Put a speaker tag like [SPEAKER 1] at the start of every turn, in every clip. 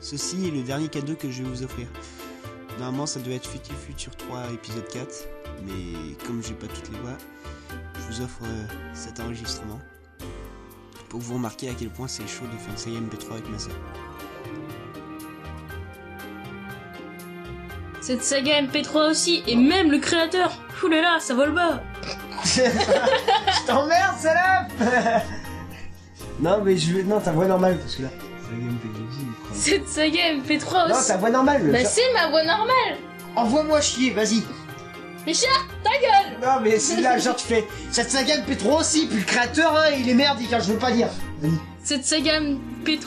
[SPEAKER 1] Ceci est le dernier cadeau que je vais vous offrir. Normalement, ça devait être Future Future 3 épisode 4, mais comme j'ai pas toutes les voix, je vous offre euh, cet enregistrement pour que vous remarquiez à quel point c'est chaud de faire une série MP3 avec ma sœur.
[SPEAKER 2] Cette saga MP3 aussi, et même le créateur Oulala, ça vole bas
[SPEAKER 3] Je t'emmerde, salope Non, mais je veux. Non, ta voix normale, parce que là.
[SPEAKER 2] Cette saga MP3
[SPEAKER 3] Non,
[SPEAKER 2] aussi
[SPEAKER 3] ta voix normale
[SPEAKER 2] Bah
[SPEAKER 3] genre-
[SPEAKER 2] c'est ma voix normale
[SPEAKER 3] Envoie-moi chier, vas-y
[SPEAKER 2] Richard, ta gueule
[SPEAKER 3] Non, mais c'est là, genre, tu fais. Cette saga de P3 aussi, puis le créateur, hein, il est merdique, hein, je veux pas dire Vas-y
[SPEAKER 2] Cette saga MP3...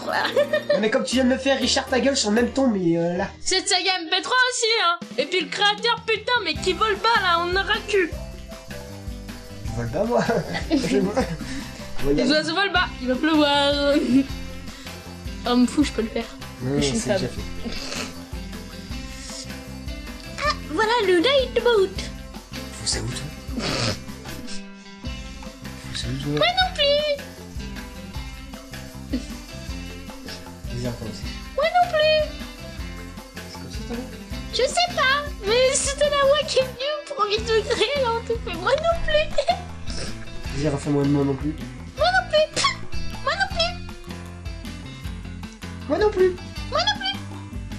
[SPEAKER 3] Non, mais comme tu viens de le faire, Richard, ta gueule, je suis en même ton, mais euh, là.
[SPEAKER 2] Cette saga MP3 aussi, hein Et puis le créateur, putain, mais qui vole bas, là, on aura le cul
[SPEAKER 3] Je vole pas, moi Je vole.
[SPEAKER 2] Les
[SPEAKER 3] Regarde.
[SPEAKER 2] oiseaux volent bas, il va pleuvoir Oh, me fou, je peux le faire.
[SPEAKER 3] Non,
[SPEAKER 2] je suis une
[SPEAKER 3] c'est déjà
[SPEAKER 2] femme.
[SPEAKER 3] fait.
[SPEAKER 2] Voilà le Lightboat
[SPEAKER 3] Faut ça où, toi Faut ça où, toi non plus Bizarre comme ça. Moi non plus C'est comme ça, toi
[SPEAKER 2] Je sais pas, mais c'était la voix qui est venue au premier degré, là, on te fait moi non plus
[SPEAKER 3] Vas-y, refais-moi de moi non plus. Moi non plus Moi non plus Moi non plus Moi non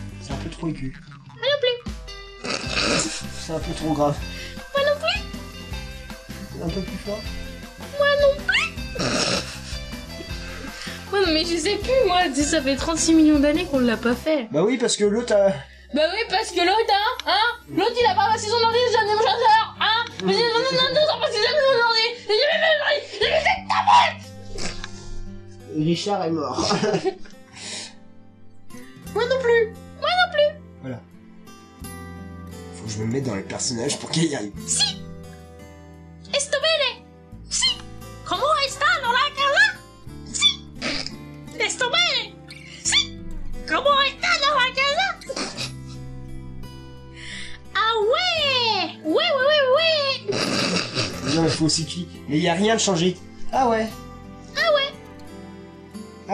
[SPEAKER 3] plus C'est un peu trop aigu. Moi non plus C'est un peu trop grave. Moi non plus Un peu plus fort
[SPEAKER 2] Ouais, non, mais je sais plus, moi, tu sais, ça fait 36 millions d'années qu'on l'a pas fait.
[SPEAKER 3] Bah oui, parce que l'autre a...
[SPEAKER 2] Bah oui, parce que l'autre, hein, hein, l'autre il a pas passé son ordi, j'ai amené mon chanteur, hein, mais j'ai demandé non, non, non, parce que j'ai amené mon ordi, j'ai jamais fait l'ordi, j'ai jamais fait
[SPEAKER 3] Richard est mort. Moi non plus Moi non plus Voilà. Faut que je me mette dans les personnages pour qu'il y aille.
[SPEAKER 2] Estomele Si Comment est-ce dans la cala Si Estomele Si Comment est dans la cala Ah ouais Ouais, ouais, ouais, ouais
[SPEAKER 3] Non, il faut aussi qu'il... Mais il y a rien de changé. Ah ouais Ah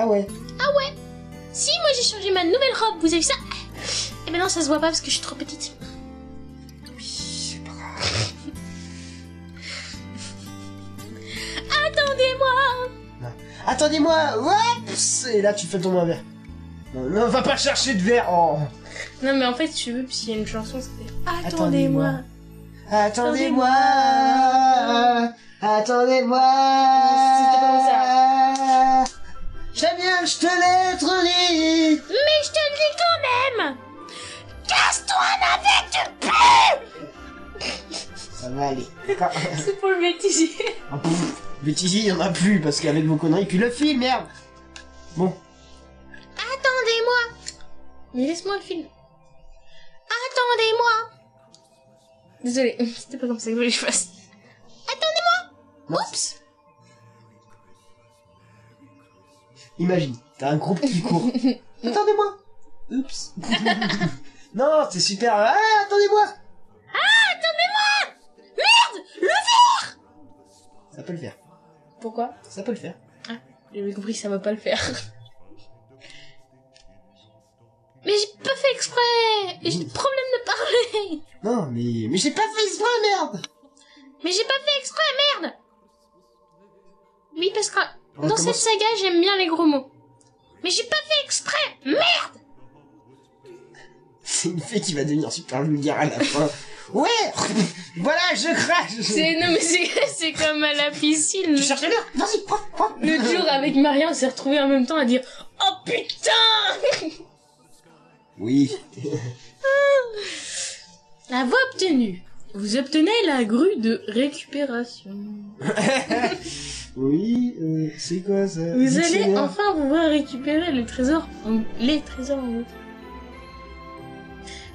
[SPEAKER 3] ouais Ah ouais
[SPEAKER 2] Si, moi j'ai changé ma nouvelle robe, vous avez vu ça Et maintenant ça se voit pas parce que je suis trop petite.
[SPEAKER 3] C'est pas grave.
[SPEAKER 2] Attendez-moi
[SPEAKER 3] Attendez-moi Oups Et là, tu fais tomber un verre. Non, non, va pas chercher de verre oh.
[SPEAKER 2] Non mais en fait, tu veux, s'il y a une chanson, ça fait
[SPEAKER 3] Attendez-moi. Attendez-moi Attendez-moi
[SPEAKER 2] C'était comme
[SPEAKER 3] ça. J'aime bien, je te l'ai trop dit
[SPEAKER 2] Mais je te le dis quand même Casse-toi avec du
[SPEAKER 3] Ça va aller. D'accord.
[SPEAKER 2] C'est pour le bêtisier
[SPEAKER 3] Ah, pff, Bêtisier, il y en a plus, parce qu'avec vos conneries, puis le film, merde Bon.
[SPEAKER 2] Attendez-moi Mais laisse-moi le film. Attendez-moi Désolée, c'était pas comme ça que je voulais que je fasse.
[SPEAKER 3] Non. Imagine, t'as un groupe qui court. Attendez-moi Oups Non, c'est super Ah, attendez-moi Ah, attendez-moi Merde Le verre Ça peut le faire.
[SPEAKER 2] Pourquoi
[SPEAKER 3] Ça peut le faire.
[SPEAKER 2] J'avais compris que ça va pas le faire. Mais j'ai pas fait exprès Et j'ai des problèmes de parler
[SPEAKER 3] Non, mais, mais j'ai pas fait exprès, merde
[SPEAKER 2] Mais j'ai pas fait exprès, merde Oui, parce que
[SPEAKER 3] On
[SPEAKER 2] dans cette
[SPEAKER 3] recommence.
[SPEAKER 2] saga, j'aime bien les gros mots. Mais j'ai pas fait exprès Merde
[SPEAKER 3] C'est une fée qui va devenir super vulgaire à la fin. Ouais Voilà, je crache
[SPEAKER 2] C'est... Non mais c'est, c'est comme à la piscine.
[SPEAKER 3] Tu cherches le verre Vas-y, prends, prends
[SPEAKER 2] L'autre jour, avec Maria, on s'est retrouvés en même temps à dire « Oh putain
[SPEAKER 3] Oui. !»
[SPEAKER 2] La voix obtenue. Vous obtenez la grue de récupération.
[SPEAKER 3] Oui, euh, c'est quoi ça
[SPEAKER 2] Vous allez
[SPEAKER 3] Dictionnaire.
[SPEAKER 2] enfin pouvoir récupérer le trésor en... les trésors en route.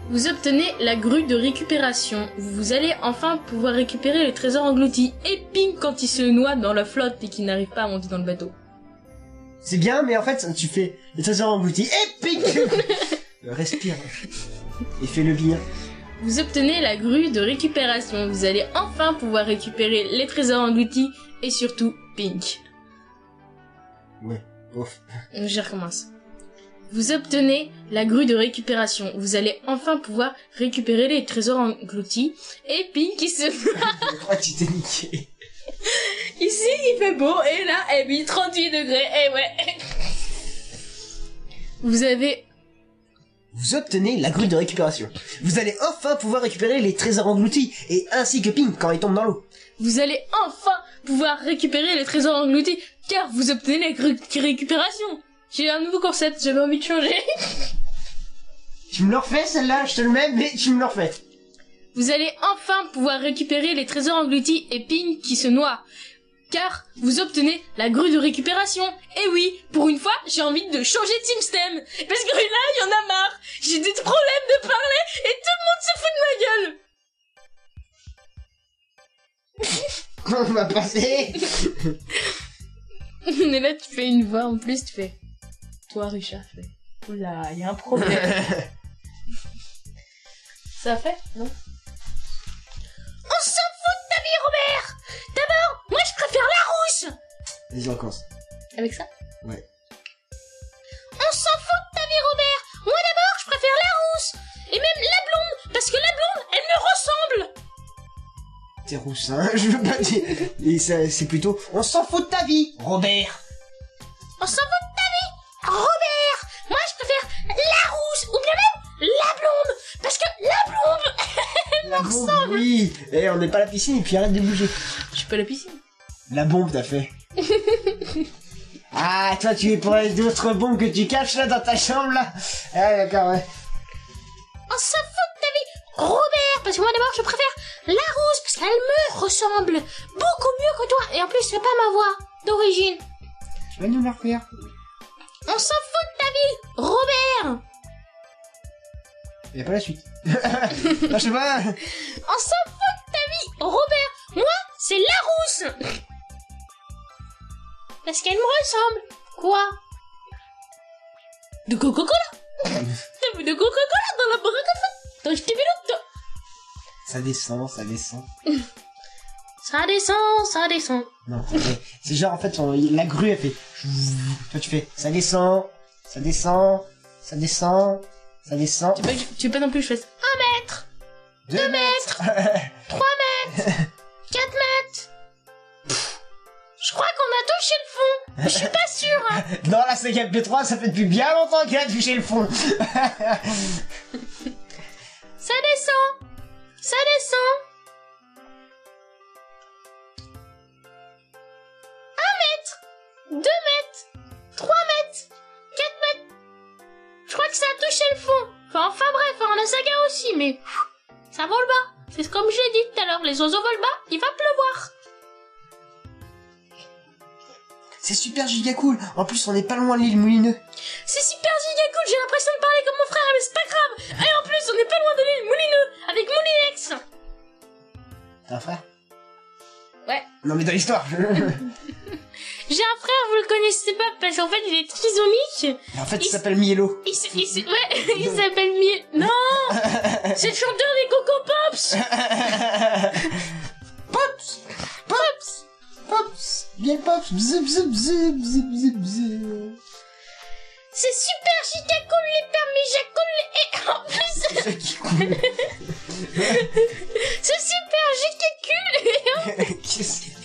[SPEAKER 2] Vous obtenez la grue de récupération. Vous allez enfin pouvoir récupérer les trésors engloutis. Et ping quand il se noie dans la flotte et qu'il n'arrive pas à monter dans le bateau.
[SPEAKER 3] C'est bien, mais en fait, tu fais le trésor englouti. Épique Eh, Respire. Et fais le bien.
[SPEAKER 2] Vous obtenez la grue de récupération. Vous allez enfin pouvoir récupérer les trésors engloutis et surtout Pink.
[SPEAKER 3] Ouais. Ouf.
[SPEAKER 2] Je recommence. Vous obtenez la grue de récupération. Vous allez enfin pouvoir récupérer les trésors engloutis. Et puis, qui se...
[SPEAKER 3] Je crois que tu t'es niqué.
[SPEAKER 2] Ici, il fait beau, et là, eh oui, 38 degrés, eh ouais. Vous avez...
[SPEAKER 3] Vous obtenez la grue de récupération. Vous allez enfin pouvoir récupérer les trésors engloutis, et ainsi que Ping quand il tombe dans l'eau.
[SPEAKER 2] Vous allez enfin pouvoir récupérer les trésors engloutis, car vous obtenez la grue de récupération. J'ai un nouveau concept, j'avais envie de changer.
[SPEAKER 3] Tu me le refais celle-là, je te le mets, mais tu me le refais.
[SPEAKER 2] Vous allez enfin pouvoir récupérer les trésors engloutis et Ping qui se noie. Car vous obtenez la grue de récupération. Et oui, pour une fois, j'ai envie de changer de système. Parce que là, il y en a marre. J'ai des problèmes de parler et tout le monde se fout de ma gueule.
[SPEAKER 3] On m'a passé.
[SPEAKER 2] Mais là, tu fais une voix en plus, tu fais. Toi, Richard, fais. Oula, il y a un problème. Ça fait Non On s'en fout de ta vie, Robert D'abord, moi je préfère la rousse
[SPEAKER 3] Vas-y, on commence.
[SPEAKER 2] Avec ça
[SPEAKER 3] Ouais.
[SPEAKER 2] On s'en fout de ta vie, Robert Moi d'abord, je préfère la rousse Et même la blonde Parce que la blonde, elle me ressemble
[SPEAKER 3] T'es roussin, je veux pas dire. Et ça, c'est plutôt, on s'en fout de ta vie, Robert.
[SPEAKER 2] On s'en fout de ta vie Robert Moi je préfère la rousse Ou bien même la blonde Parce que la blonde
[SPEAKER 3] La bombe, oui. Eh, on n'est pas à la piscine, et puis arrête de bouger.
[SPEAKER 2] Je suis pas à la piscine.
[SPEAKER 3] La bombe, t'as fait. ah, toi, tu es pour les autres bombes que tu caches, là, dans ta chambre, là. Ah, d'accord, ouais.
[SPEAKER 2] On s'en fout de ta vie Robert Parce que moi d'abord je préfère la rose parce qu'elle me ressemble beaucoup mieux que toi et en plus c'est pas ma voix d'origine.
[SPEAKER 3] Tu vas nous la refaire.
[SPEAKER 2] On s'en fout de ta vie Robert
[SPEAKER 3] Y a pas la suite. non, Ah, je sais pas.
[SPEAKER 2] On s'en fout de ta vie Robert Moi c'est la rousse Parce qu'elle me ressemble Quoi De Coca-Cola T'as vu de Coca-Cola dans la baraque à feu Dans le petit vélo, toi.
[SPEAKER 3] Ça descend, ça descend.
[SPEAKER 2] Ça descend, ça descend
[SPEAKER 3] Non, c'est vrai. c'est genre, en fait, on- la grue, elle fait. Toi, tu fais, ça descend, ça descend, ça descend, ça descend.
[SPEAKER 2] Tu veux, pas- tu veux pas non plus que je fasse un mètre
[SPEAKER 3] Deux
[SPEAKER 2] mètres 4 mètres Pff, Je crois qu'on a touché le fond mais Je suis pas sûre hein.
[SPEAKER 3] Non, la 5 P3, ça fait depuis bien longtemps qu'elle a touché le fond.
[SPEAKER 2] Ça descend Ça descend Un mètre Deux mètres Trois mètres Quatre mètres Je crois que ça a touché le fond Enfin, enfin bref, hein, on a Saga aussi, mais... pff, Ça vole bas C'est comme j'ai dit tout à l'heure, les oiseaux volent bas, il va pleuvoir
[SPEAKER 3] C'est super giga cool. En plus, on n'est pas loin de l'île Moulineux.
[SPEAKER 2] C'est super giga cool, j'ai l'impression de parler comme mon frère, mais c'est pas grave Et en plus, on n'est pas loin de l'île Moulineux, avec Moulinex
[SPEAKER 3] T'as un frère
[SPEAKER 2] Ouais.
[SPEAKER 3] Non, mais dans l'histoire. Et
[SPEAKER 2] J'ai un frère, vous le connaissez pas, parce qu'en fait, il est trisomique
[SPEAKER 3] en fait, il
[SPEAKER 2] Il-
[SPEAKER 3] s'appelle Mielo.
[SPEAKER 2] Il, s- il s- ouais, il s'appelle Mille. Non C'est le chanteur des Coco Pops
[SPEAKER 3] Pops Pops Pops Bien Pops Bzz, bzz, bzz, bzz, bzz, bzz.
[SPEAKER 2] C'est super giga cool les permis jacoul et en plus
[SPEAKER 3] C'est qui coule
[SPEAKER 2] c'est super giga cool
[SPEAKER 3] Qu'est-ce que-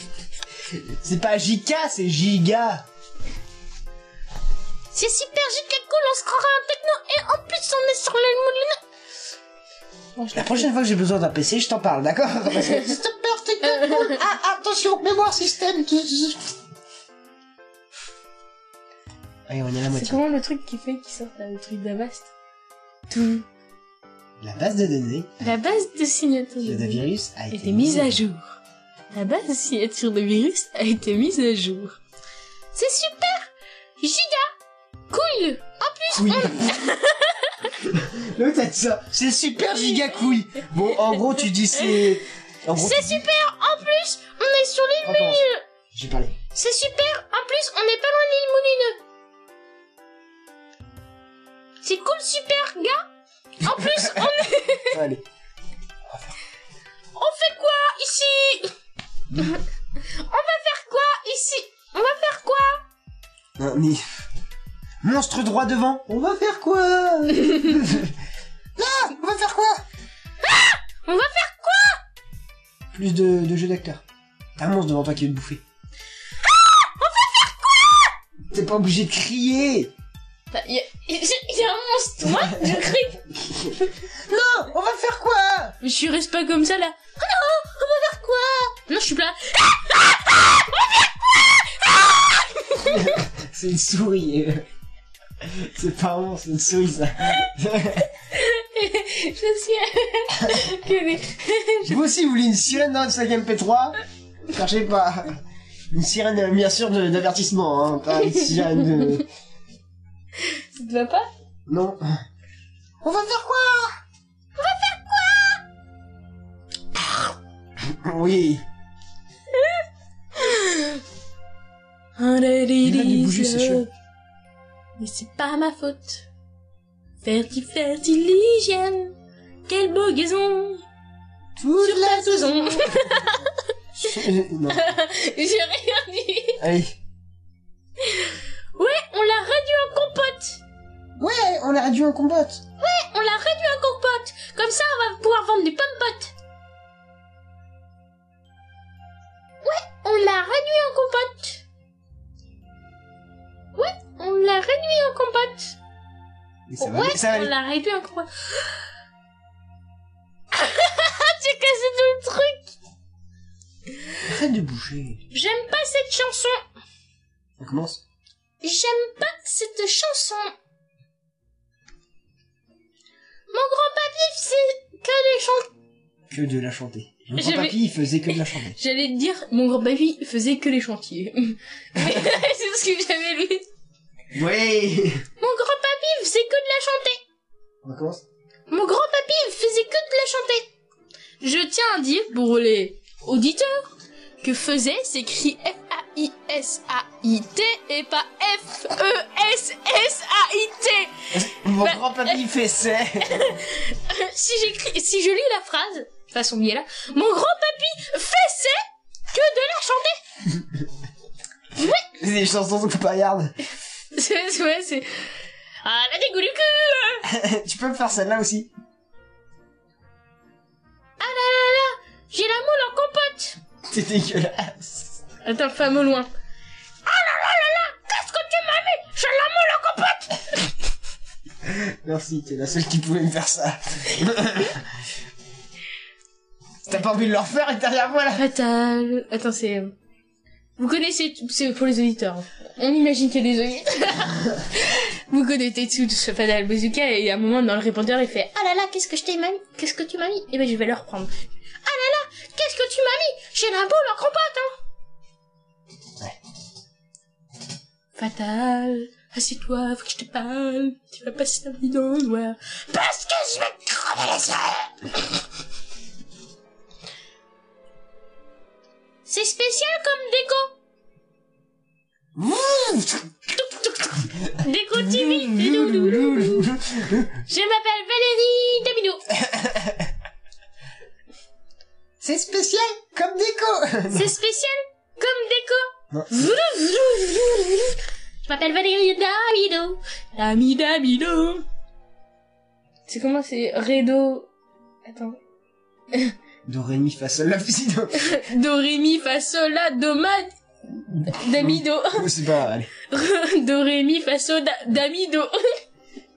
[SPEAKER 3] C'est pas JK, c'est Giga.
[SPEAKER 2] C'est super giga cool, on se croirait un techno et en plus on est sur le moulin.
[SPEAKER 3] La prochaine fois que j'ai besoin d'un PC, je t'en parle, d'accord Parce que- Super, c'est cool. Ah, attention, mémoire système. Allez, on est à la moitié.
[SPEAKER 2] comment le truc qui fait qui sort le truc d'Avast Tout.
[SPEAKER 3] La base de données
[SPEAKER 2] La base de signature
[SPEAKER 3] de
[SPEAKER 2] de virus
[SPEAKER 3] virus a
[SPEAKER 2] a
[SPEAKER 3] été,
[SPEAKER 2] été Mmh. mise à jour. La base de signature de virus a été mise à jour. C'est super giga cool
[SPEAKER 3] Couille. Le tête ça, c'est super giga couille. Bon, en gros, tu dis c'est. En gros,
[SPEAKER 2] C'est
[SPEAKER 3] tu dis-
[SPEAKER 2] super En plus, on est sur l'île
[SPEAKER 3] Recommence.
[SPEAKER 2] Moulineux
[SPEAKER 3] J'ai parlé.
[SPEAKER 2] C'est super En plus, on n'est pas loin de l'île Moulineux C'est cool, super, gars En plus, on,
[SPEAKER 3] Allez.
[SPEAKER 2] on fait quoi, ici On va faire quoi, ici On va faire quoi
[SPEAKER 3] Non, ni. Hein, Monstre droit devant. On va faire quoi Ah On va faire quoi
[SPEAKER 2] On va
[SPEAKER 3] Ah, faire quoi Plus de, de jeux d'acteurs. T'as un monstre devant toi qui veut te bouffer. on va Ah, faire quoi T'es pas obligé de crier.
[SPEAKER 2] Bah, y a, y a- y a un monstre, moi, je crie.
[SPEAKER 3] Non, on va faire quoi
[SPEAKER 2] Mais je reste pas comme ça, là. Oh non, on va faire quoi Non, je suis pas là.
[SPEAKER 3] C'est une souris. euh. C'est pas un monstre, c'est une souris ça.
[SPEAKER 2] je suis... que des-
[SPEAKER 3] Vous aussi, vous voulez une sirène dans le 5 MP3 Cherchez pas. Une sirène, euh, bien sûr, de- d'avertissement, hein, pas une sirène de...
[SPEAKER 2] Ça te va pas
[SPEAKER 3] Non. On va faire quoi On va faire quoi Oui.
[SPEAKER 2] Il
[SPEAKER 3] a dû bouger ses cheveux.
[SPEAKER 2] Mais c'est pas ma faute. Ferti, ferti, l'hygiène. Quelle beau gazon.
[SPEAKER 3] Toute
[SPEAKER 2] Sur la saison.
[SPEAKER 3] Euh, Non.
[SPEAKER 2] J'ai rien dit.
[SPEAKER 3] Allez.
[SPEAKER 2] On l'a réduit en compote.
[SPEAKER 3] Ouais, on l'a réduit en combat.
[SPEAKER 2] On l'a réduit en compote. Comme ça, on va pouvoir vendre des pommes potes. Ouais, on l'a réduit en compote. Ouais, on l'a réduit en compote.
[SPEAKER 3] Mais Ça va, aller, ça va
[SPEAKER 2] On
[SPEAKER 3] aller.
[SPEAKER 2] l'a réduit en compote. J'ai cassé tout le truc.
[SPEAKER 3] Arrête de bouger.
[SPEAKER 2] J'aime pas cette chanson.
[SPEAKER 3] On commence
[SPEAKER 2] J'aime pas cette chanson. Mon grand papy c'est que les chansons.
[SPEAKER 3] Que de la chanter. Mon
[SPEAKER 2] J'avais-
[SPEAKER 3] papy, il faisait que de la chanter.
[SPEAKER 2] J'allais te dire, mon grand papy faisait que les chantiers. c'est ce que j'avais lu.
[SPEAKER 3] Ouais.
[SPEAKER 2] Mon grand papy faisait que de la chanter.
[SPEAKER 3] On commence
[SPEAKER 2] Mon grand papy faisait que de la chanter. Je tiens à dire pour les auditeurs que faisait s'écrit F A I S A I T et pas F E S S A I T.
[SPEAKER 3] Mon
[SPEAKER 2] Bah-
[SPEAKER 3] grand papy faisait.
[SPEAKER 2] si j'écris, si je lis la phrase, façon biais là, mon grand papy fessait que de la chanter.
[SPEAKER 3] C'est des chansons de paillarde.
[SPEAKER 2] C'est, ouais, c'est. Ah, la dégoût du cul
[SPEAKER 3] tu peux me faire celle-là aussi
[SPEAKER 2] J'ai la moule en compote
[SPEAKER 3] C'est dégueulasse.
[SPEAKER 2] Attends, femme au loin. Ah là là là là Qu'est-ce que tu m'as mis J'ai la moule en compote
[SPEAKER 3] Merci, t'es la seule qui pouvait me faire ça. T'as pas envie de le refaire et derrière moi là
[SPEAKER 2] Fatal Attends, c'est. euh, Vous connaissez, c'est pour les auditeurs. On imagine qu'il y a des auditeurs. Vous connaissez tout ce Fatal Bazooka et à un moment dans le répondeur il fait Ah là là, qu'est-ce que je t'ai mis Qu'est-ce que tu m'as mis Eh ben je vais le reprendre. Ah là là, qu'est-ce que tu m'as mis J'ai la boule en compote, hein Fatal, assieds-toi, faut que je te parle. Tu vas passer la vie dans le noir. Parce que je vais te crever les yeux C'est spécial comme déco. Déco TV. Je m'appelle Valérie Damido.
[SPEAKER 3] C'est spécial comme déco
[SPEAKER 2] C'est spécial comme déco.
[SPEAKER 3] Non.
[SPEAKER 2] Je m'appelle Valérie Damido. Dami Damido. C'est comment c'est Redo. Attends.
[SPEAKER 3] Do, ré, mi, fa, sol, la, si, do.
[SPEAKER 2] Do, ré, mi, fa, sol, la, do, ma, damido.
[SPEAKER 3] C'est pas, allez.
[SPEAKER 2] Do, ré, mi, fa, sol, da, damido.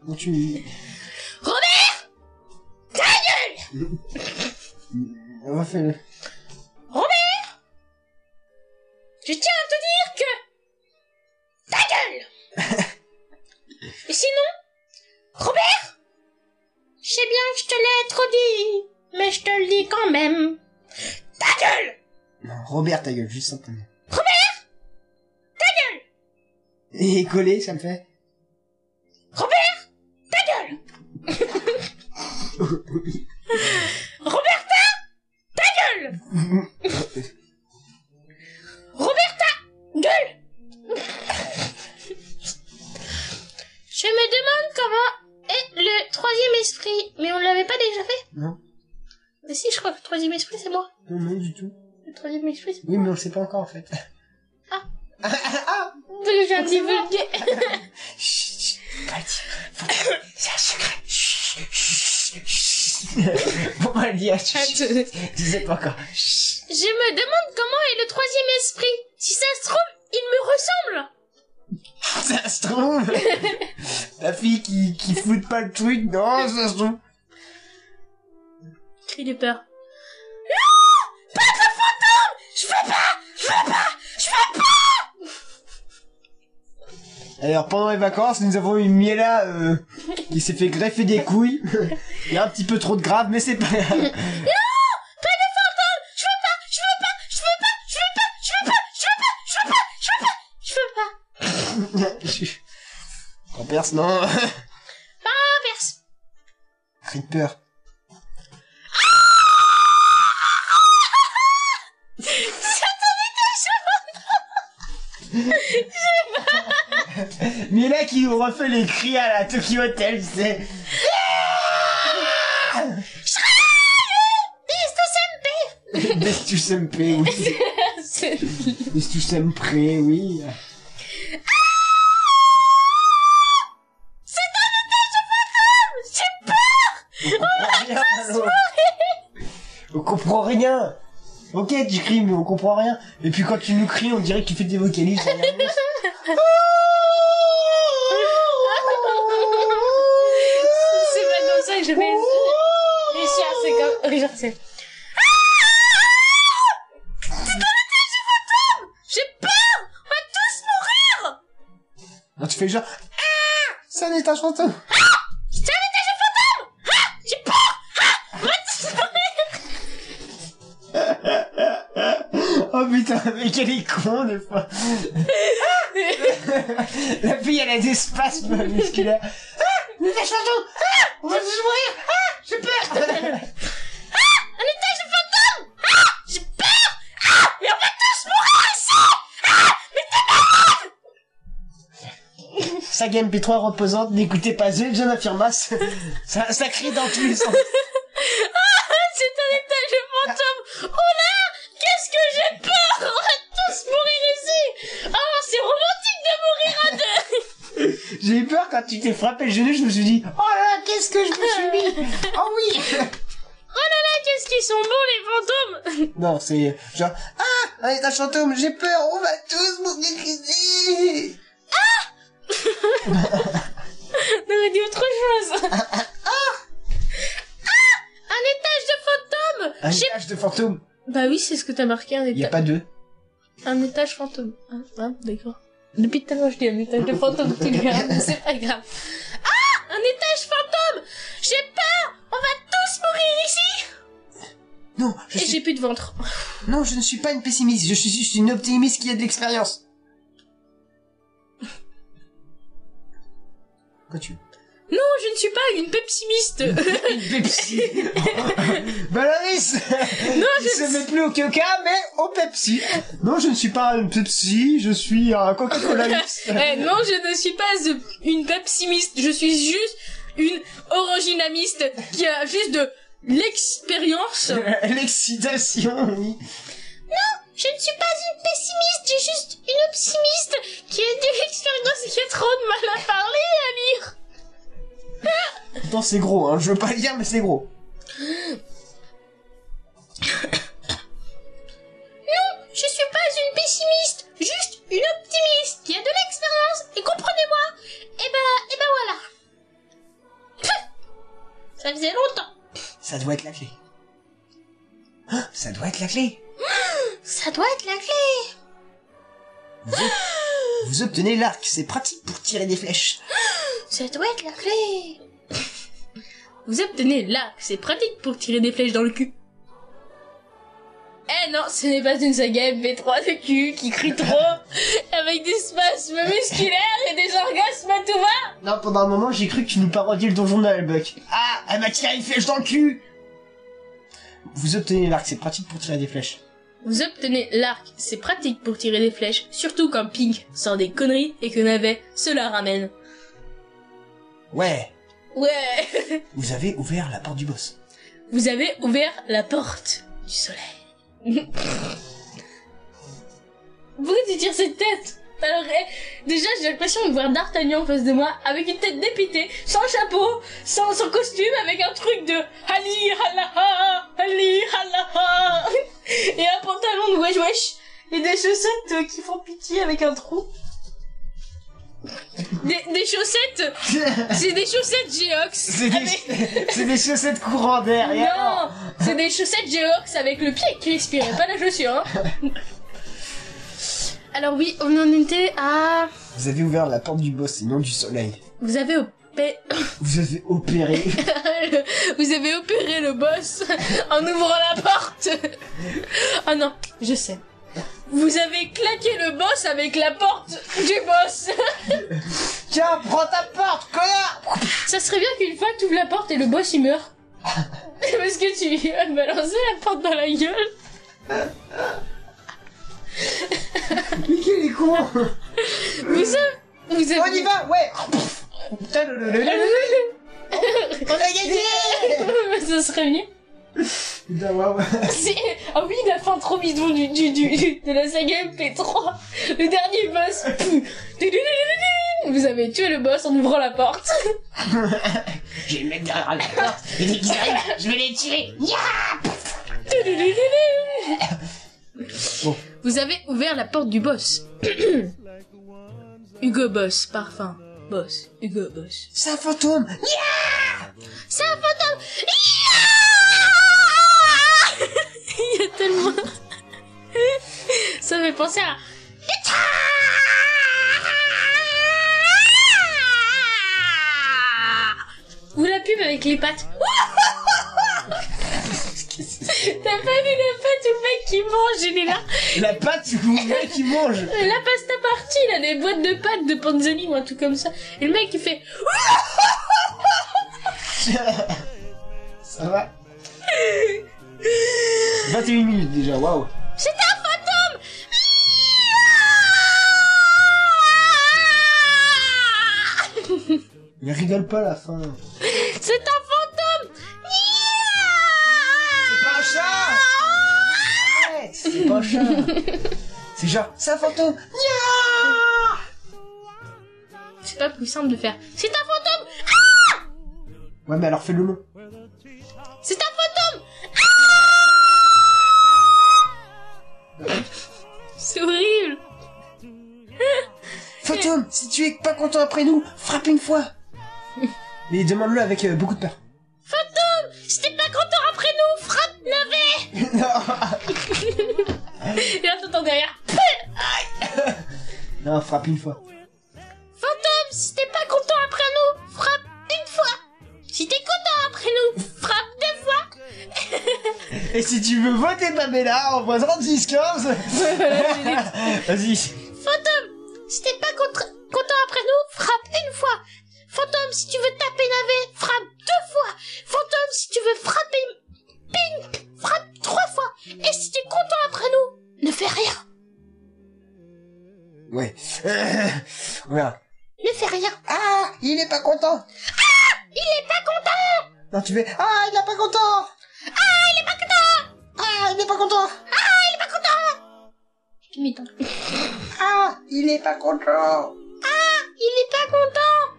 [SPEAKER 3] Bon, tu...
[SPEAKER 2] Robert
[SPEAKER 3] Mm, Refais-le.
[SPEAKER 2] Je tiens à te dire que... Ta gueule Et sinon, Robert Je sais bien que je te l'ai trop dit, mais je te le dis quand même. Ta gueule
[SPEAKER 3] Non, Robert, ta gueule, juste simplement. Robert Ta gueule Et collé, ça me fait...
[SPEAKER 2] Roberta Roberta Gueule Je me demande comment est le troisième esprit, mais on l'avait pas déjà fait
[SPEAKER 3] Non.
[SPEAKER 2] Mais si, je crois que le troisième esprit, c'est moi.
[SPEAKER 3] Non, non, du tout.
[SPEAKER 2] Le troisième esprit, c'est
[SPEAKER 3] Oui, mais on le sait pas encore, en fait. Ah Ah
[SPEAKER 2] Déjà un petit peu gay.
[SPEAKER 3] Chut, chut. pas le dire. Faut pas- C'est un secret. Chut, chut, chut. Faut pas le dire. Chut, chut.
[SPEAKER 2] Je
[SPEAKER 3] Disais pas encore. Chut.
[SPEAKER 2] me demande comment est le troisième esprit. Si ça se trouve, il me ressemble.
[SPEAKER 3] Ça se trouve. La fille qui, qui fout pas le truc. Non, ça se trouve.
[SPEAKER 2] Cri de peur.
[SPEAKER 3] Alors pendant les vacances, nous avons une Miela euh, qui s'est fait greffer des couilles. Il y a un petit peu trop de grave, mais c'est pas grave.
[SPEAKER 2] Je veux pas.
[SPEAKER 3] En perse, non.
[SPEAKER 2] Inverse.
[SPEAKER 3] Cri de peur. Miela qui nous refait les cris à la Tokyo Hotel, tu sais. Destu Sempé, oui.
[SPEAKER 2] C'est-
[SPEAKER 3] Destu Sempé, oui. C'est un étage de fantôme J'ai peur Oh, On comprend rien Ok, tu cries, mais on comprend rien. Et puis quand tu nous cries, on dirait que tu fais des vocalises. derrière nous.
[SPEAKER 2] C'est pas comme ça que je vais. Les chiens, c'est comme. Richard, c'est. J'ai peur
[SPEAKER 3] Non, tu fais genre... Ah C'est un étage fantôme Oh putain, mais quel est con des fois La fille elle a des spasmes musculaires. Ah Une étage fantôme Ah On va tous mourir Ah J'ai peur Sa game P3 reposante, n'écoutez pas une jeune affirmace. Ça, ça crie dans tous les sens.
[SPEAKER 2] C'est un étage de fantôme Oh là Qu'est-ce que j'ai peur On va tous mourir ici Oh, c'est romantique de mourir à deux
[SPEAKER 3] J'ai eu peur quand tu t'es frappé le genou, je me suis dit Oh là là, qu'est-ce que je me suis mis Oh oui
[SPEAKER 2] Ah, qu'est-ce qu'ils sont beaux les fantômes
[SPEAKER 3] Non, c'est genre Ah Un étage fantôme, j'ai peur, on va tous mourir ici
[SPEAKER 2] On aurait dit autre chose Ah Un étage de fantôme
[SPEAKER 3] Un
[SPEAKER 2] J'ai-
[SPEAKER 3] étage de fantôme
[SPEAKER 2] Bah oui, c'est ce que t'as marqué, un
[SPEAKER 3] Il y a
[SPEAKER 2] étage,
[SPEAKER 3] pas deux.
[SPEAKER 2] un étage fantôme. Ah, ah, d'accord. Depuis tout à l'heure, je dis un étage de fantôme tout le temps, mais c'est pas grave. Ah Un étage fantôme J'ai peur On va tous mourir ici
[SPEAKER 3] Non, je
[SPEAKER 2] Et
[SPEAKER 3] suis...
[SPEAKER 2] j'ai plus de ventre.
[SPEAKER 3] non, je ne suis pas une pessimiste, je suis juste une optimiste qui a de l'expérience. Quoi tu
[SPEAKER 2] Non, je ne suis pas une pessimiste.
[SPEAKER 3] Une Pepsi Baloris
[SPEAKER 2] non,
[SPEAKER 3] Je
[SPEAKER 2] je
[SPEAKER 3] ne mets plus au coca, mais au Pepsi Non, je ne suis pas une Pepsi, je suis un Coca-Cola Lips.
[SPEAKER 2] Eh, non, je ne suis pas euh, une pessimiste. Je suis juste une originamiste qui a juste de l'expérience.
[SPEAKER 3] L'excitation, oui.
[SPEAKER 2] Je ne suis pas une pessimiste, j'ai juste une optimiste qui a de l'expérience et qui a trop de mal à parler et à lire.
[SPEAKER 3] Pourtant, c'est gros, hein. Je veux pas le dire, mais c'est gros.
[SPEAKER 2] Je suis pas une pessimiste, juste une optimiste qui a de l'expérience et comprenez-moi. Et bah, et bah voilà. Pff, ça faisait longtemps.
[SPEAKER 3] Ça doit être la clé. Ah, Ça doit être la clé.
[SPEAKER 2] Ça doit être la clé.
[SPEAKER 3] Vous obtenez l'arc, c'est pratique pour tirer des flèches.
[SPEAKER 2] Ça doit être la clé. Vous obtenez l'arc, c'est pratique pour tirer des flèches dans le cul. Eh non, ce n'est pas une saga MP3 de cul qui crie trop avec des spasmes musculaires et des orgasmes à tout va.
[SPEAKER 3] Non, pendant un moment, j'ai cru que tu nous parodiais le donjon de Buck. Ah, elle m'a tiré une flèche dans le cul Vous obtenez l'arc, c'est pratique pour tirer des flèches.
[SPEAKER 2] Vous obtenez l'arc, c'est pratique pour tirer des flèches, surtout quand Pink sort des conneries et que Navet se la ramène.
[SPEAKER 3] Ouais,
[SPEAKER 2] Ouais.
[SPEAKER 3] vous avez ouvert la porte du boss.
[SPEAKER 2] Vous avez ouvert la porte du soleil. Pourquoi tu tires cette tête Alors, eh, déjà, j'ai l'impression de voir D'Artagnan en face de moi, avec une tête dépitée, sans chapeau, sans, sans costume, avec un truc de Ali, halaha, Ali, halaha, et un pantalon de wesh wesh, et des chaussettes euh, qui font pitié avec un trou. Des, des chaussettes, c'est des chaussettes Geox.
[SPEAKER 3] C'est des,
[SPEAKER 2] avec-
[SPEAKER 3] c'est des chaussettes courant d'air. et alors
[SPEAKER 2] Ah, Non, c'est des chaussettes Geox avec le pied qui respirait, pas la chaussure. hein. Alors oui, on en était à...
[SPEAKER 3] Vous avez ouvert la porte du boss et non du soleil.
[SPEAKER 2] Vous avez opé-
[SPEAKER 3] Vous avez opéré.
[SPEAKER 2] vous avez opéré le boss en ouvrant la porte. Ah non, je sais. Vous avez claqué le boss avec la porte du boss.
[SPEAKER 3] Tiens, prends ta porte, connard
[SPEAKER 2] Ça serait bien qu'une fois que tu ouvres la porte et le boss il meurt. Parce que tu lui as balancé la porte dans la gueule.
[SPEAKER 3] Mais quel est con
[SPEAKER 2] Vous avez... Vous avez...
[SPEAKER 3] On y va, ouais Putain, le- le- le- le-
[SPEAKER 2] On a gagné Ça serait bien.
[SPEAKER 3] Putain, waouh.
[SPEAKER 2] C'est- Ah oui, la fin trop bidon du, du, du, du- de la saga MP3. Le dernier boss. Pou. Dudududududun. Vous avez tué le boss en ouvrant la porte.
[SPEAKER 3] J'ai le mec derrière la porte, et dès qu'ils arrivent, je vais les tirer
[SPEAKER 2] Dudududududun.
[SPEAKER 3] Bon.
[SPEAKER 2] Vous avez ouvert la porte du boss. Hugo Boss, parfum. Boss, Hugo Boss.
[SPEAKER 3] C'est un fantôme
[SPEAKER 2] C'est un fantôme Il y a tellement... Ça fait penser à... Ou la pub avec les pattes. T'as pas vu la patte ou le mec qui mange, il est là.
[SPEAKER 3] La patte, ou le mec qui mange
[SPEAKER 2] La pasta partie, il a des boîtes de pâtes de panzoni ou un truc comme ça. Et le mec, il fait...
[SPEAKER 3] Ça va 21 minutes déjà, waouh
[SPEAKER 2] C'est un fantôme
[SPEAKER 3] Mais rigole pas à la fin
[SPEAKER 2] C'est un fantôme
[SPEAKER 3] C'est pas un
[SPEAKER 2] Ah.
[SPEAKER 3] chat Ouais, C'est pas un chat C'est genre, c'est un fantôme
[SPEAKER 2] C'est pas plus simple de faire. C'est un fantôme
[SPEAKER 3] Ouais, mais alors fais le long
[SPEAKER 2] C'est un fantôme Ah C'est horrible
[SPEAKER 3] Fantôme, si tu es pas content après nous, frappe une fois Mais demande-le avec euh, beaucoup de peur.
[SPEAKER 2] Fantôme Si t'es pas content après nous, frappe navet Et là t'entends derrière.
[SPEAKER 3] non, frappe une fois.
[SPEAKER 2] Fantôme Si t'es pas content après nous, frappe une fois Si t'es content après nous, frappe deux fois
[SPEAKER 3] Et si tu veux voter Pamela, envoie 3615 Vas-y.
[SPEAKER 2] Fantôme, si t'es pas contre- content après nous, frappe une fois. Fantôme, si tu veux taper navet, frappe deux fois. Fantôme, si tu veux frapper ping, frappe trois fois. Et si t'es content après nous, ne fais rien.
[SPEAKER 3] Ouais. Euh, voilà.
[SPEAKER 2] Ne fais rien.
[SPEAKER 3] Ah, il est pas content
[SPEAKER 2] Il est pas content.
[SPEAKER 3] Non, tu fais Ah, il est pas content
[SPEAKER 2] Il est pas content.
[SPEAKER 3] Ah, il est pas content
[SPEAKER 2] Ah, il est pas content. Je m'étonne.
[SPEAKER 3] Ah, il est pas content
[SPEAKER 2] Il est pas content.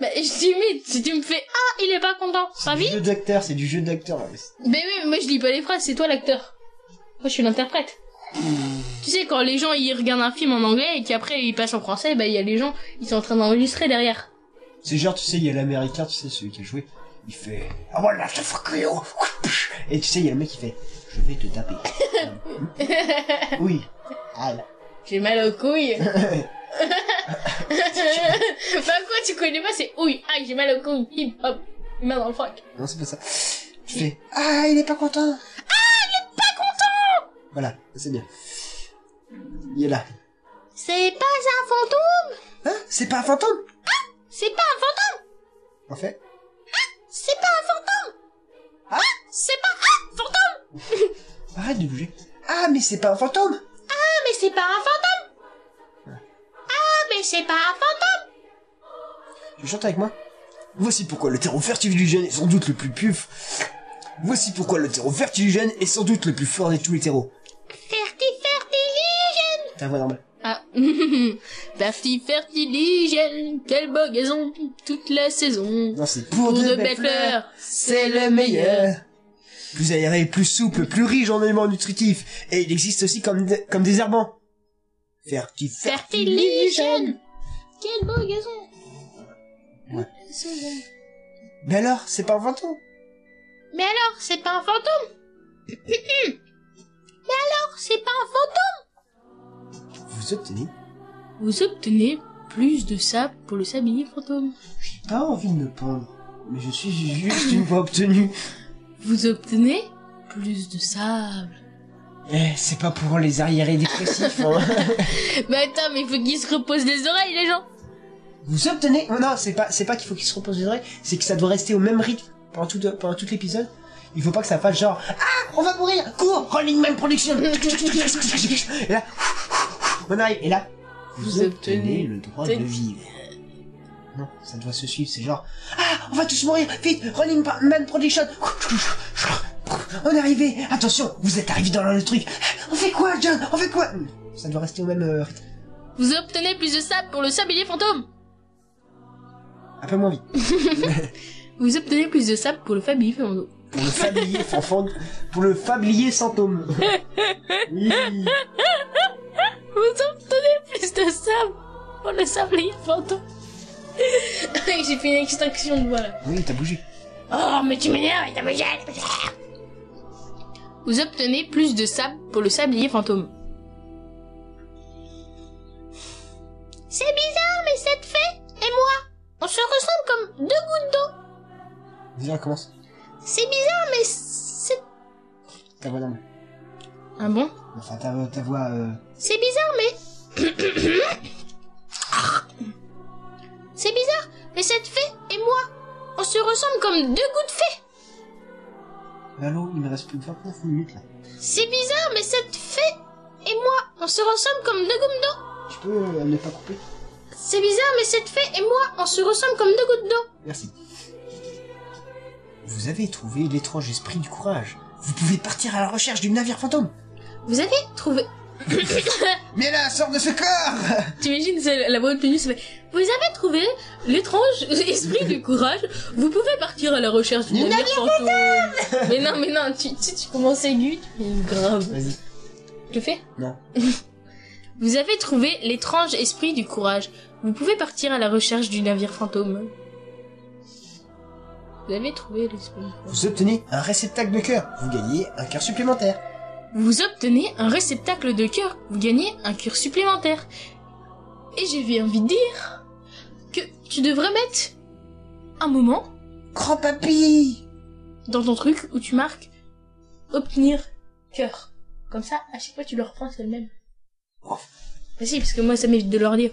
[SPEAKER 2] Bah, je t'imite. Si tu me fais ah, il est pas content, ça
[SPEAKER 3] Du jeu d'acteur, c'est du jeu d'acteur. là.
[SPEAKER 2] Mais oui, moi je lis pas les phrases, c'est toi l'acteur. Moi je suis l'interprète. Tu sais, quand les gens ils regardent un film en anglais et qu'après ils passent en français, bah il y a les gens, ils sont en train d'enregistrer derrière.
[SPEAKER 3] C'est genre, tu sais, il y a l'américain, tu sais, celui qui a joué, il fait Ah, voilà, je te fuck you Et tu sais, il y a le mec qui fait Je vais te taper. oui. Ah, là.
[SPEAKER 2] J'ai mal aux couilles. Bah, enfin quoi, tu connais pas, c'est ouille, aïe, j'ai mal aux couilles, hip hop, main dans le frac.
[SPEAKER 3] Non, c'est pas ça. Tu fais Ah, il est pas content Ah, il est pas content Voilà, c'est bien. Il est là.
[SPEAKER 2] C'est pas un fantôme
[SPEAKER 3] Hein C'est pas un fantôme
[SPEAKER 2] C'est pas un fantôme
[SPEAKER 3] En fait
[SPEAKER 2] C'est pas un fantôme Hein?
[SPEAKER 3] Ah
[SPEAKER 2] C'est pas un fantôme
[SPEAKER 3] Arrête de bouger. Ah, mais c'est pas un fantôme
[SPEAKER 2] Ah, mais c'est pas un fantôme Ah, mais c'est pas un fantôme
[SPEAKER 3] Tu chantes avec moi Voici pourquoi le terreau fertiligène est sans doute le plus puf. Voici pourquoi le terreau fertiligène est sans doute le plus fort de tous les terreaux.
[SPEAKER 2] Ferti, fertiligène
[SPEAKER 3] ta voix normale.
[SPEAKER 2] Ah. Parti fertiligène, quelle beau gazon, toute la saison.
[SPEAKER 3] Non, c'est pour,
[SPEAKER 2] Pour
[SPEAKER 3] de,
[SPEAKER 2] de
[SPEAKER 3] belles
[SPEAKER 2] belles
[SPEAKER 3] fleurs,
[SPEAKER 2] fleurs,
[SPEAKER 3] c'est le meilleur. Plus aéré, plus souple, plus riche en éléments nutritifs. Et il existe aussi comme, dé- comme des herbants. Ferti,
[SPEAKER 2] Fertiligène, quel beau gazon.
[SPEAKER 3] Ouais.
[SPEAKER 2] C'est bon.
[SPEAKER 3] Mais alors, c'est pas un fantôme
[SPEAKER 2] Mais alors, c'est pas un fantôme Mais alors, c'est pas un fantôme
[SPEAKER 3] Vous obtenez
[SPEAKER 2] Vous obtenez plus de sable pour le sablier fantôme.
[SPEAKER 3] J'ai pas envie de me pendre. Mais je suis juste une voix obtenue.
[SPEAKER 2] Vous obtenez plus de sable.
[SPEAKER 3] Eh, c'est pas pour les arriérés dépressifs, hein.
[SPEAKER 2] Mais attends, mais faut qu'ils se reposent les oreilles, les gens.
[SPEAKER 3] Vous obtenez... Non, c'est pas, c'est pas qu'il faut qu'il se repose les oreilles, c'est que ça doit rester au même rythme pendant tout, pendant tout l'épisode. Il faut pas que ça fasse genre... Ah, on va mourir Cours Rolling Man Production Et là... On arrive, et là...
[SPEAKER 2] Vous obtenez
[SPEAKER 3] le droit
[SPEAKER 2] de
[SPEAKER 3] vivre. Non, ça doit se suivre, c'est genre... Ah, on va tous mourir Vite Rolling Man Production On est arrivé Attention, vous êtes arrivé dans le truc On fait quoi, John On fait quoi Ça doit rester au même euh, rythme.
[SPEAKER 2] Vous obtenez plus de sable pour le sablier fantôme.
[SPEAKER 3] Un peu moins vite.
[SPEAKER 2] Vous obtenez plus de sable pour le fablier fantôme.
[SPEAKER 3] Pour le fablier fanfan... Pour le fablier symptôme. Oui.
[SPEAKER 2] Vous obtenez plus de sable pour le sablier fantôme. J'ai fait une extinction de voix là.
[SPEAKER 3] Oui, t'as bougé.
[SPEAKER 4] Oh, mais tu m'énerves, t'as me gêne.
[SPEAKER 2] Vous obtenez plus de sable pour le sablier fantôme.
[SPEAKER 4] C'est bizarre, mais cette fée et moi, on se ressemble comme deux gouttes d'eau.
[SPEAKER 3] Déjà, on commence.
[SPEAKER 4] C'est bizarre, mais c'est...
[SPEAKER 3] Ta voix normale.
[SPEAKER 2] Ah bon
[SPEAKER 3] Enfin, ta, voix- ta voix... euh,
[SPEAKER 4] C'est bizarre, mais... c'est bizarre, mais cette fée et moi,
[SPEAKER 2] On se ressemble comme deux gouttes de fée.
[SPEAKER 3] Lalo, il me reste plus de 29 minutes, là.
[SPEAKER 2] C'est bizarre, mais cette fée et moi, on se ressemble comme deux gouttes d'eau.
[SPEAKER 3] Tu peux euh, ne pas couper
[SPEAKER 2] C'est bizarre, mais cette fée et moi, on se ressemble comme deux gouttes d'eau.
[SPEAKER 3] Merci. Vous avez trouvé l'étrange esprit du courage. Vous pouvez partir à la recherche du navire fantôme.
[SPEAKER 2] Vous avez trouvé.
[SPEAKER 3] Mais là, sors de ce corps
[SPEAKER 2] T'imagines, c'est la voix obtenue, ça fait. Vous avez trouvé l'étrange esprit du courage. Vous pouvez partir à la recherche
[SPEAKER 3] Il
[SPEAKER 2] d'une navire fantôme. mais non, mais non, tu, tu, tu commences aigu, tu fais une grave.
[SPEAKER 3] Vas-y.
[SPEAKER 2] Je le fais
[SPEAKER 3] Non.
[SPEAKER 2] Vous avez trouvé l'étrange esprit du courage. Vous pouvez partir à la recherche du navire fantôme. Vous avez trouvé l'esprit du courage.
[SPEAKER 3] Vous obtenez un réceptacle de cœur. Vous gagnez un cœur supplémentaire.
[SPEAKER 2] Vous obtenez un réceptacle de cœur, vous gagnez un cœur supplémentaire. Et j'ai envie de dire que tu devrais mettre un moment
[SPEAKER 3] Grand papy
[SPEAKER 2] dans ton truc où tu marques obtenir cœur. Comme ça, à chaque fois tu le reprends, c'est le même.
[SPEAKER 3] Oh.
[SPEAKER 2] Bah si, parce que moi ça m'évite de leur dire.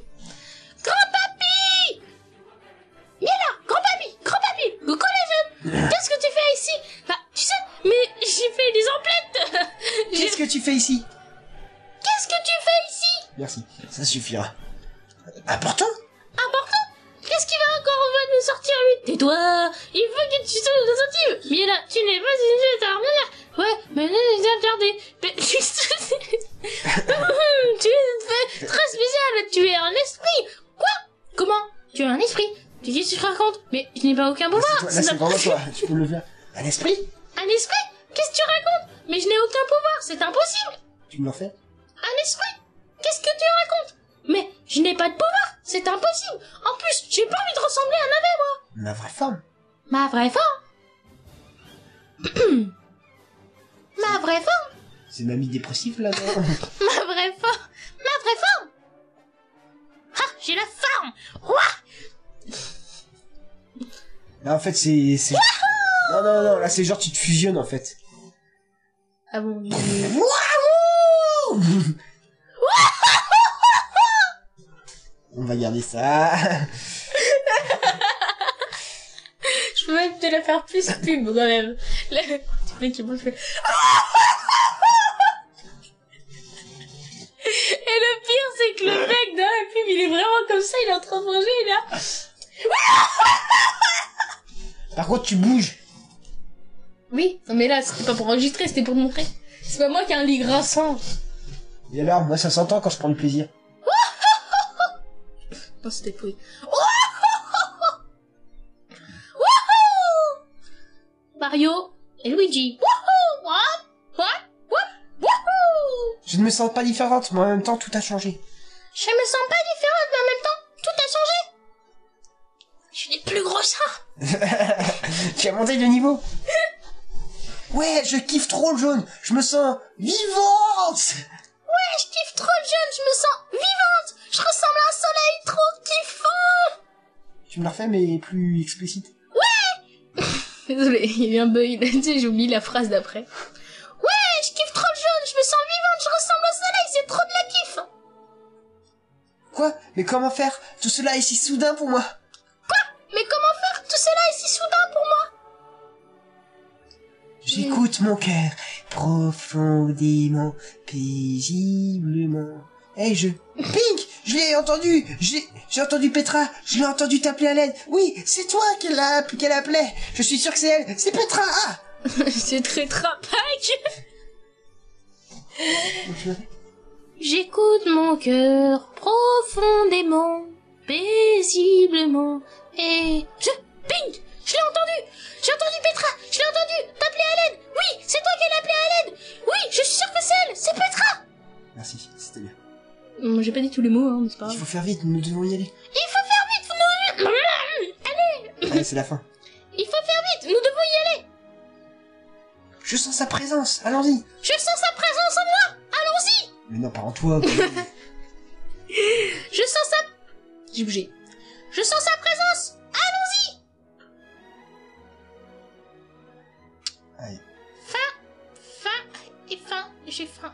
[SPEAKER 2] Grand papy Il est là Grand papy Grand papy Coucou les jeunes Qu'est-ce que tu fais ici Bah, tu sais, mais j'ai fait des emplettes J'ai-
[SPEAKER 3] Qu'est-ce que tu fais ici
[SPEAKER 2] Qu'est-ce que tu fais ici
[SPEAKER 3] Merci. Ça suffira. Important
[SPEAKER 2] Qu'est-ce qu'il va encore va nous sortir lui Tais-toi Il veut que tu sois attentive Mais là, tu n'es pas une infirmière Ouais, mais là, il est interdé Mais tu Tu es très spécial, tu es un esprit Quoi Comment Tu es un esprit Tu qu'est-ce que tu racontes Mais je n'ai pas aucun
[SPEAKER 3] Là,
[SPEAKER 2] pouvoir
[SPEAKER 3] c'est toi- là,
[SPEAKER 2] c'est
[SPEAKER 3] c'est
[SPEAKER 2] un-
[SPEAKER 3] vraiment toi. Tu peux le faire. Un esprit
[SPEAKER 2] Un esprit Qu'est-ce que tu racontes Mais je n'ai aucun pouvoir, c'est impossible
[SPEAKER 3] Tu me l'en fais
[SPEAKER 2] Un esprit Qu'est-ce que tu racontes Mais je n'ai pas de pouvoir, c'est impossible En plus, j'ai pas envie de ressembler à un aveugle
[SPEAKER 3] Ma vraie forme.
[SPEAKER 2] Ma vraie forme Ma vraie forme
[SPEAKER 3] C'est mamie dépressive là.
[SPEAKER 2] Ma vraie forme Ma vraie forme
[SPEAKER 4] ah, j'ai la forme.
[SPEAKER 3] là en fait c'est c'est. Non non non là c'est genre tu te fusionnes en fait.
[SPEAKER 2] Ah bon
[SPEAKER 3] Waouh On va garder ça.
[SPEAKER 2] Je peux même te la faire plus pub quand même. Là, tu fais qui mange fait... Et le pire, c'est que le mec dans la pub, il est vraiment comme ça, il est en train de manger, il est là.
[SPEAKER 3] Par contre tu bouges.
[SPEAKER 2] Oui, non mais là, c'était pas pour enregistrer, c'était pour montrer. C'est pas moi qui ai un lit grinçant.
[SPEAKER 3] Et alors, moi, ça s'entend quand je prends du plaisir.
[SPEAKER 4] Oh,
[SPEAKER 2] Non, c'était pourri. Mario et Luigi.
[SPEAKER 3] Je ne me sens pas différente, mais en même temps, tout a changé.
[SPEAKER 4] Je me sens pas différente, mais en même temps, tout a changé. Je n'ai plus gros seins.
[SPEAKER 3] tu as monté de niveau. Ouais, je kiffe trop le jaune. Je me sens vivante.
[SPEAKER 4] Ouais, je kiffe trop le jaune, je me sens vivante. Je ressemble à un soleil trop kiffant.
[SPEAKER 3] Tu me la refais, mais plus explicite.
[SPEAKER 2] Désolé, il y a eu un bug. Tu sais, j'ai oublié la phrase d'après.
[SPEAKER 4] Ouais, je kiffe trop le jaune, je me sens vivante, je ressemble au soleil, c'est trop de la kiff.
[SPEAKER 3] Quoi Mais comment faire Tout cela est si soudain pour moi.
[SPEAKER 4] Mais comment faire Tout cela est si soudain pour moi.
[SPEAKER 3] J'écoute mon cœur profondément, paisiblement. Hey, je... Pink Je l'ai entendu J'ai j'ai entendu Petra Je l'ai entendu t'appeler à l'aide Oui, c'est toi qu'elle l'a- qu'elle appelait Je suis sûr que c'est elle C'est Petra Ah
[SPEAKER 2] C'est très trapaque. J'écoute mon cœur profondément, paisiblement, et je ping Je l'ai entendu J'ai entendu Petra Je l'ai entendu T'appeler à l'aide Oui, c'est toi qui l'as appelé à l'aide Oui, je suis sûre que c'est elle C'est Petra
[SPEAKER 3] Merci, c'était bien.
[SPEAKER 2] J'ai pas dit tous les mots, hein, mais c'est pas
[SPEAKER 3] Il
[SPEAKER 2] grave.
[SPEAKER 3] faut faire vite, nous devons y aller. Allez, c'est la fin.
[SPEAKER 2] Il faut faire vite Nous devons y aller
[SPEAKER 3] Je sens sa présence, allons-y
[SPEAKER 2] Je sens sa présence en
[SPEAKER 3] Mais non, pas en toi.
[SPEAKER 2] moi Je sens sa... J'ai bougé. Je sens sa présence
[SPEAKER 3] Aïe.
[SPEAKER 2] Faim Faim Et faim J'ai faim